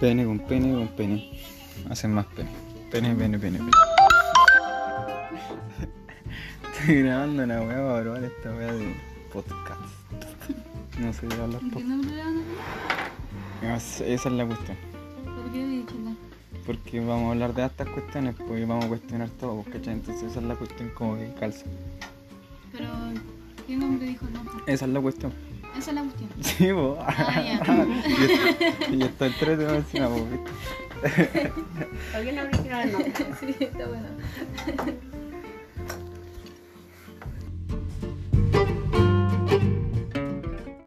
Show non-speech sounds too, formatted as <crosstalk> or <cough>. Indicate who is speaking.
Speaker 1: Pene con pene con pene. Hacen más pene. Pene, pene, pene, pene. Estoy grabando una weá para probar esta weá de podcast. No sé de hablar
Speaker 2: ¿Por qué
Speaker 1: podcast.
Speaker 2: no me hablan?
Speaker 1: Ah, Esa es la cuestión.
Speaker 2: ¿Por qué me he dicho nada?
Speaker 1: Porque vamos a hablar de estas cuestiones, pues y vamos a cuestionar todo, pues, ¿cachai? Entonces esa es la cuestión como que calza.
Speaker 2: Pero, ¿qué nombre dijo no?
Speaker 1: Esa es la cuestión. <laughs>
Speaker 2: Esa es la cuestión.
Speaker 1: Sí, <laughs> vos.
Speaker 2: Ah, ya.
Speaker 1: y hasta el 3 de encima, pues, ¿viste?
Speaker 3: ¿Alguien la original no?
Speaker 2: sí, está bueno.